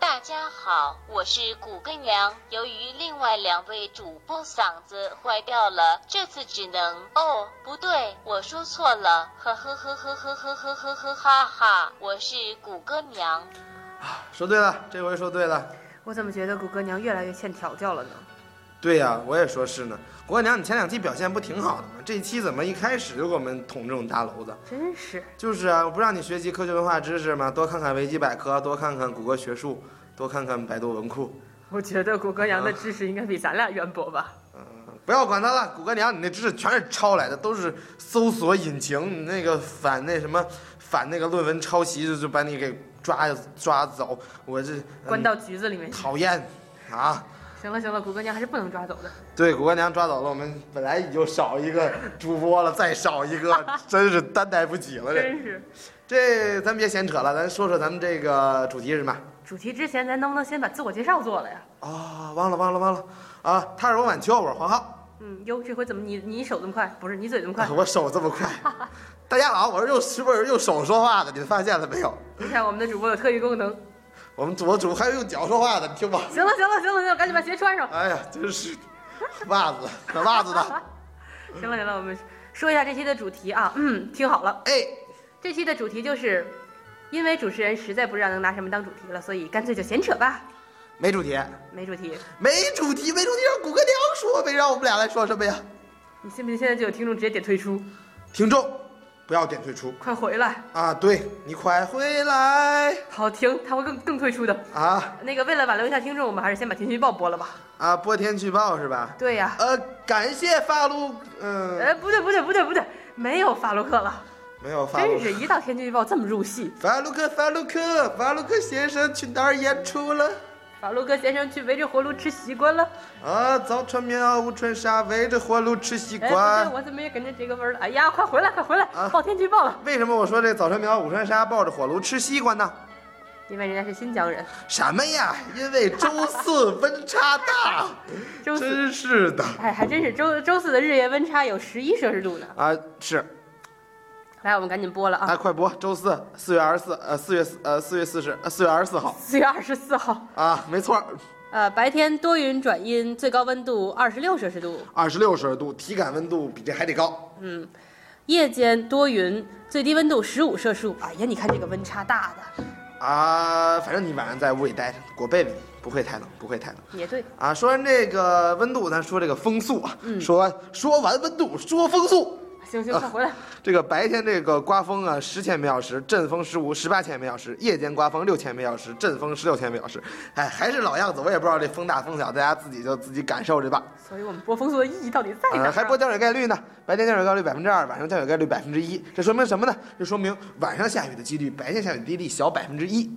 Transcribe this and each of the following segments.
大家好，我是谷根娘。由于另外两位主播嗓子坏掉了，这次只能……哦，不对，我说错了，呵呵呵呵呵呵呵呵呵哈哈，我是谷歌娘。说对了，这回说对了。我怎么觉得谷歌娘越来越欠调教了呢？对呀、我也说是呢。国娘，你前两期表现不挺好的吗？这一期怎么一开始就给我们捅这种大娄子？真是，就是啊，我不让你学习科学文化知识吗？多看看维基百科，多看看谷歌学术，多看看百度文库。我觉得谷歌娘嗯的知识应该比咱俩渊博吧？不要管它了，谷歌娘，你那知识全是抄来的，都是搜索引擎，你那个反那什么，反那个论文抄袭就就把你给抓抓走。我这、嗯关到局子里面去。讨厌啊！行了行了，谷歌娘还是不能抓走的。对，谷歌娘抓走了，我们本来也就少一个主播了，再少一 个，真是担待不起了。这真是，这咱别闲扯了，咱说说咱们这个主题是什么？主题之前咱能不能先把自我介绍做了呀？啊、忘了忘了忘了啊！他是我晚秋，我是黄浩，哎嗯，哟，这回怎么你你手这么快？不是你嘴这么快？啊我手这么 快。大家好，我是用是不是用手说话的？你们发现了没有？你看我们的主播有特异功能。我们我主还有用脚说话的，你听吧。行了行了行了行了，赶紧把鞋穿上。哎呀，真是袜子，可袜子呢？ 行了行了，我们说一下这期的主题啊，嗯，听好了，哎，这期的主题就是，因为主持人实在不知道能拿什么当主题了，所以干脆就闲扯吧，没主题，没主题。没主题，没主题，让谷歌娘说呗，让我们俩来说什么呀？你信不信现在就有听众直接点退出？听众，不要点退出快回来！啊！对你快回来好停，他会更更退出的。啊那个，为了挽留一下听众，我们还是先把天气预报播了吧。啊！播天气预报是吧？对呀、呃，感谢发路，嗯、呃，不对不对不对不对，没有法洛克了，没有发路真。是一到天气预报这么入戏。法鲁克，法鲁克，法鲁克先生去哪儿演出了？法洛克先生去围着火炉吃习惯了。啊，早穿棉袄，午穿纱，围着火炉吃西哎，不对，瓜。我怎么也跟着这个味儿了？哎呀，快回来快回来啊，报天气预报了，为什么我说这早穿棉袄，午穿纱，抱着火炉吃西瓜呢？因为人家是新疆人，什么呀？因为周四温差大， 周四。真是的哎，还真是周周四的日夜温差有十一摄氏度呢。啊！是来，我们赶紧播了啊啊，！快播！周四，四月二十四，呃，四月四，呃，四月四十，呃，四月二十四号四月二十四号，啊，没错儿，呃，白天多云转阴，最高温度二十六摄氏度；二十六摄氏度，体感温度比这还得高。夜间多云，最低温度十五摄氏度。哎呀，你看这个温差大的，啊，反正你晚上在屋里待着，裹被子，不会太冷，不会太冷。也对。啊，说完这个温度，咱说这个风速啊。说完说完温度，说风速。行啊行，快回来！这个白天这个刮风啊，十千每小时，阵风十五十八千每小时；夜间刮风六千每小时，阵风十六千每小时。哎，还是老样子，我也不知道这风大风小，大家自己就自己感受着吧。所以我们播风速的意义到底 在哪儿呃，啊？还播降水概率呢，白天降水概率百分之二，晚上降水概率百分之一。这说明什么呢？这说明晚上下雨的几率，白天下雨的几率小百分之一。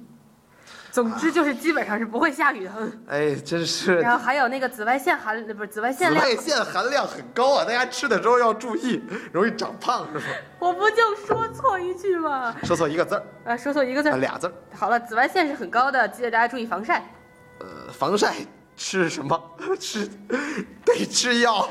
总之就是基本上是不会下雨的。嗯哎，真是然后还有那个紫外线含不是紫外紫线量，外线含量很高啊，大家吃的时候要注意，容易长胖是吧？我不就说错一句吗？说错一个字儿，啊，说错一个字呃儿。俩字儿。好了，紫外线是很高的，记得大家注意防晒。 呃，防晒吃什么？吃得吃药，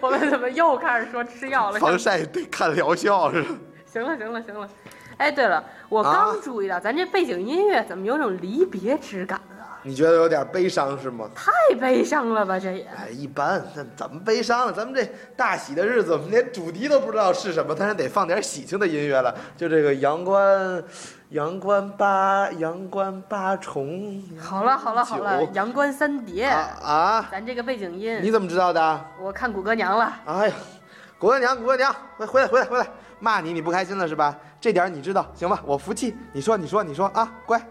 我们怎么又开始说吃药了？防晒得看疗效是吧？行了行了行了，哎，对了，我刚注意到、咱这背景音乐怎么有种离别之感啊？你觉得有点悲伤是吗？太悲伤了吧，这也哎，一般，那怎么悲伤了？咱们这大喜的日子，我们连主题都不知道是什么，但是得放点喜庆的音乐了。就这个阳关，阳关八，阳关八重。好了好了好了，九阳关三叠，嗯啊啊！咱这个背景你音，怎么知道的？我看谷歌娘了，哎呀，谷歌娘，谷歌娘，回回来回来回来，骂你你不开心了是吧？这点儿你知道，行吧？我服气。你说你说你说啊，乖。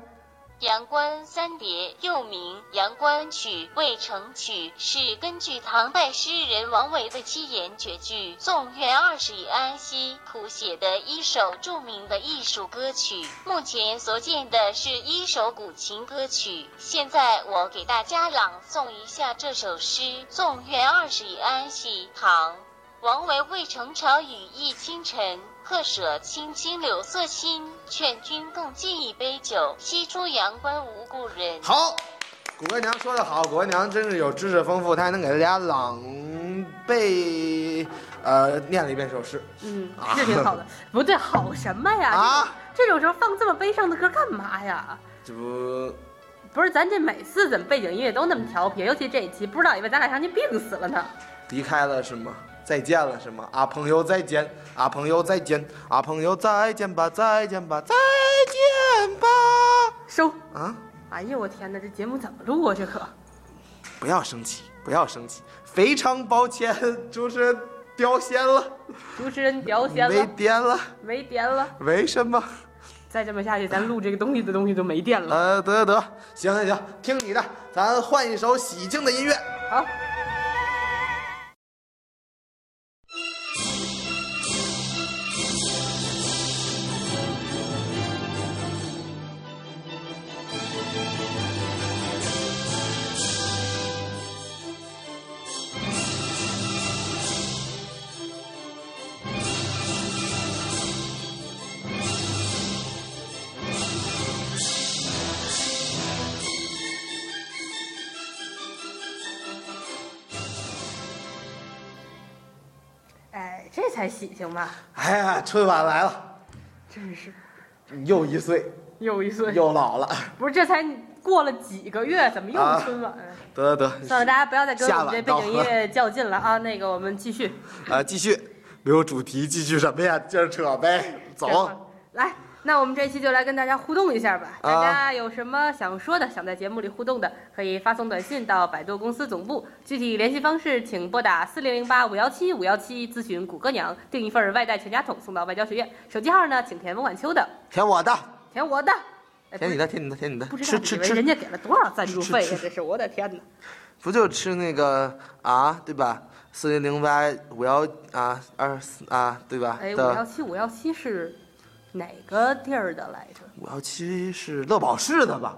阳关三叠又名阳关曲、渭城曲，是根据唐代诗人王维的七言绝句《纵愿二十里安西》谱写的一首著名的艺术歌曲。目前所见的是一首古琴歌曲。现在我给大家朗诵一下这首诗《纵愿二十里安西》，唐。王维未成朝雨浥轻尘，客舍青青柳色新。劝君更尽一杯酒，西出阳关无故人。好，谷歌娘说的好，谷歌娘真是有知识丰富，她还能给大家朗背，呃，念了一遍这首诗嗯，是挺 好的。不对，好什么呀？啊。这种时候放这么悲伤的歌干嘛呀？这不，不是，咱这每次怎么背景音乐都那么调皮？尤其这一期，不知道以为咱俩上去病死了呢。离开了是吗？再见了是吗？啊，朋友再见，啊，朋友再见，啊，朋友再见吧，再见吧，再见吧。收！啊，哎呀，我天哪，这节目怎么录啊？这可不要生气，不要生气，非常抱歉，主持人掉线了，主持人屌闲没了，电了，没电了。为什么？再这么下去，咱录这个东西的东西都没电了。呃，得得得，行行行，听你的，咱换一首喜庆的音乐。好，哎，这才喜庆吧？哎呀，春晚来了，真是又一岁，又一岁，又老了。不是这才过了几个月，怎么又啊是春晚啊？得 得算了，得，大家不要再跟下我们晚这背到景音乐较劲了啊！那个，我们继续呃，继续，没有主题，继续什么呀？接着扯呗，走。来。那我们这期就来跟大家互动一下吧。啊大家有什么想说的，想在节目里互动的，可以发送短信到百度公司总部。具体联系方式，请拨打四零零八五幺七五幺七咨询谷歌娘，订一份外带全家桶送到外交学院。手机号呢，请填温晚秋的，填我的，填我的，哎填你的。的，填你的，填你的不，知吃道吃以为人吃，家给了多少赞助费呀、吃吃这是我的天哪！不就吃那个啊，对吧？四零零八五幺啊二四啊，对吧？哎，五幺的七五幺七是哪个地儿的来着？五幺七是乐宝市的吧？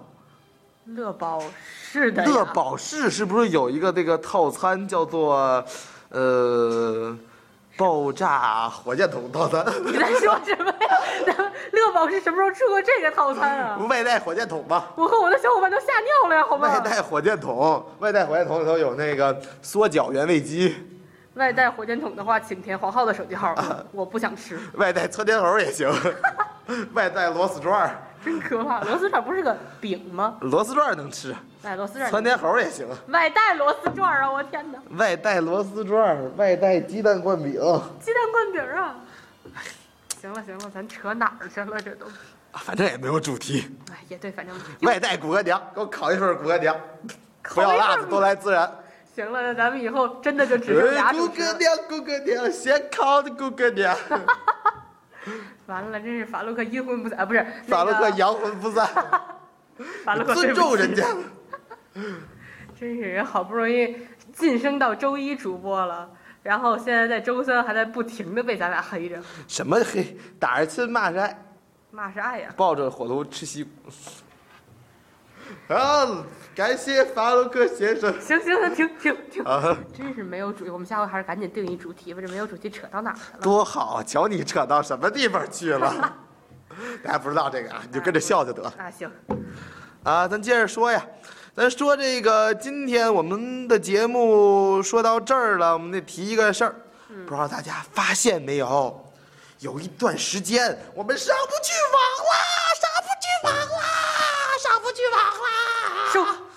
乐宝市的呀乐宝市是不是有一个这个套餐叫做，呃，爆炸火箭筒套餐？你在说什么呀？咱们乐宝是什么时候出过这个套餐啊？外带火箭筒吧，我和我的小伙伴都吓尿了呀，好外 吗？带火箭筒，外带火箭筒里头有那个缩脚原味鸡，外带火箭筒的话，请填黄浩的手 机号，我不想吃，外带窜天猴也行， 外带螺丝转儿，真可怕。螺丝转不是个饼吗？螺丝转儿能吃，哎，螺丝转窜天猴也行，外带螺丝转啊！我天哪，外带螺丝转儿，外带鸡蛋灌饼，鸡蛋灌饼啊！行了行了，咱扯哪儿去了？这都，啊反正也没有主题。哎，也对，反正外带骨干娘，给我烤一份骨干娘，不烤要一份辣子，都来孜然。行了，那咱们以后真的就只剩俩哎，主姑持哥了。娘，姑哥娘，先烤的姑哥 娘，完了，真是法洛克阴魂不散，啊不是法洛克那个阳魂不散，法洛克尊重人家。真是人好不容易晋升到周一主播了，然后现在在周三还在不停的被咱俩黑着，什么黑，打着亲骂着爱，骂是爱呀、抱着火炉吃西瓜。啊，感谢法洛克先生行行行，停停停，啊，真是没有主题，我们下回还是赶紧定一主题吧，这没有主题扯到哪儿去了？多好，瞧你扯到什么地方去了。 大家不知道这个啊，你就跟着笑就得了啊行，啊。咱接着说呀，咱说这个今天我们的节目说到这儿了，我们得提一个事儿，不知道大家发现没有？有一段时间我们上不去网啦，上不去网啦，上不去网啦。收。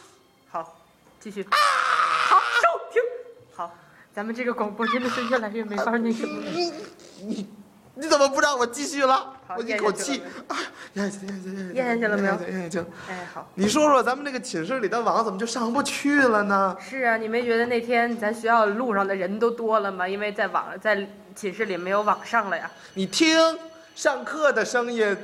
继续。好，收停。好，咱们这个广播真的是越来越没法那什么了。你怎么不让我继续了好？我一咽下口去气了啊，咽下去，咽下去，咽下去了没有咽下去咽下去了。哎，好。你说说，咱们这个寝室里的网怎么就上不去了呢？是啊，你没觉得那天咱学校路上的人都多了吗？因为在网在寝室里没有网上了呀，你听上课的声音，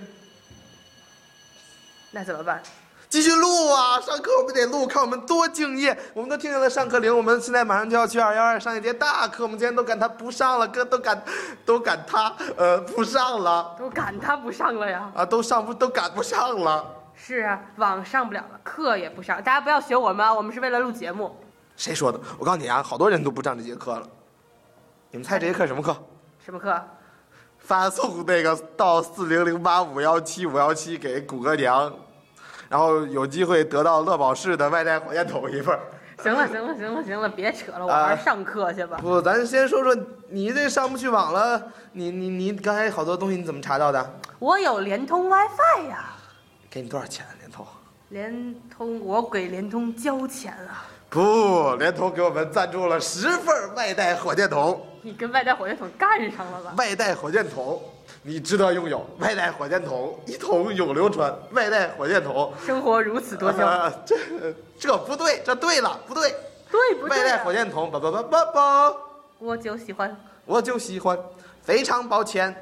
那怎么办？继续录啊！上课我们得录，看我们多敬业。我们都听见了上课铃，我们现在马上就要去二幺二商业街大课，我们今天都赶他不上了，哥都赶都赶他呃不上了都赶他不上了呀。啊，都上不都赶不上了。是啊，网上不了了，课也不上。大家不要学我们啊，我们是为了录节目。谁说的？我告诉你啊，好多人都不上这节课了。你们猜这节课什么课？什么课？发送那个到四零零八五幺七五幺七给谷歌娘，然后有机会得到乐宝仕的外带火箭筒一份儿。行了，行了，行了，行了，别扯了，我啊玩上课去吧。不，咱先说说你这上不去网了，你你你刚才好多东西你怎么查到的？我有联通 WiFi 呀、给你多少钱？啊联通？联通我给联通交钱啊。不，联通给我们赞助了十份外带火箭筒，你跟外带火箭筒干上了吧？外带火箭筒。你值得拥有外带火箭筒，一筒永流传。外带火箭筒，生活如此多娇，啊这这不对，这对了，不对。对不对、外带啊火？箭筒，叭叭叭叭叭，我就喜欢，我就喜欢。非常抱歉，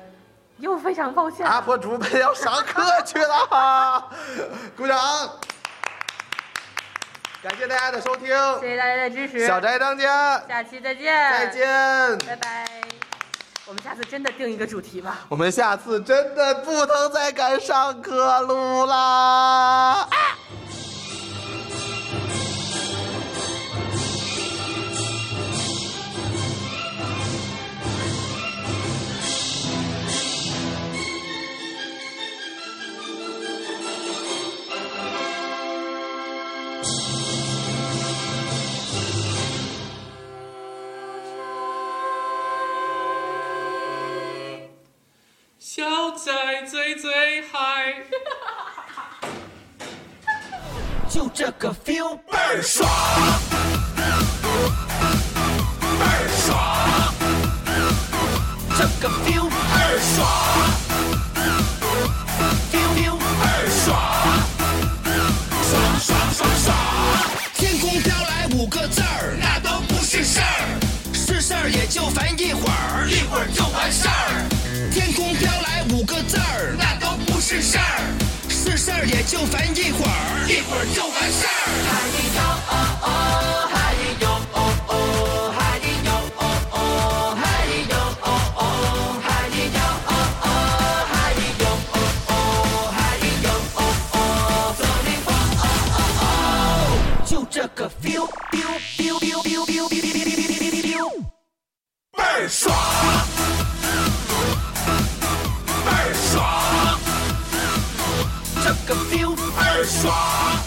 又非常抱歉。阿婆主播要上课去了，鼓掌！感谢大家的收听，谢谢大家的支持，小宅当家，下期再见，再，见。拜拜。我们下次真的定一个主题吧。我们下次真的不能再赶上课路啦。小仔最最嗨。就这个 feel 倍儿爽，倍儿爽，这个 feel 倍儿爽，feel feel 倍儿爽，爽爽爽爽。天空飘来五个字儿，那都不是事儿，是事儿也就烦一会儿，一会儿就完事儿。天空飘来五个字儿，那都不是事儿，是事儿也就烦一会儿，一会儿就完事儿。嗨哟哦哦，嗨哟哦哦，嗨哟哦哦，嗨哟哦哦，嗨哟哦哦，嗨哟哦哦，嗨哟哦哦，走你吧哦哦哦，就这个 feel feel feel feel feel feel feel feel feel，倍儿爽，倍儿爽。这个 feel 倍儿爽，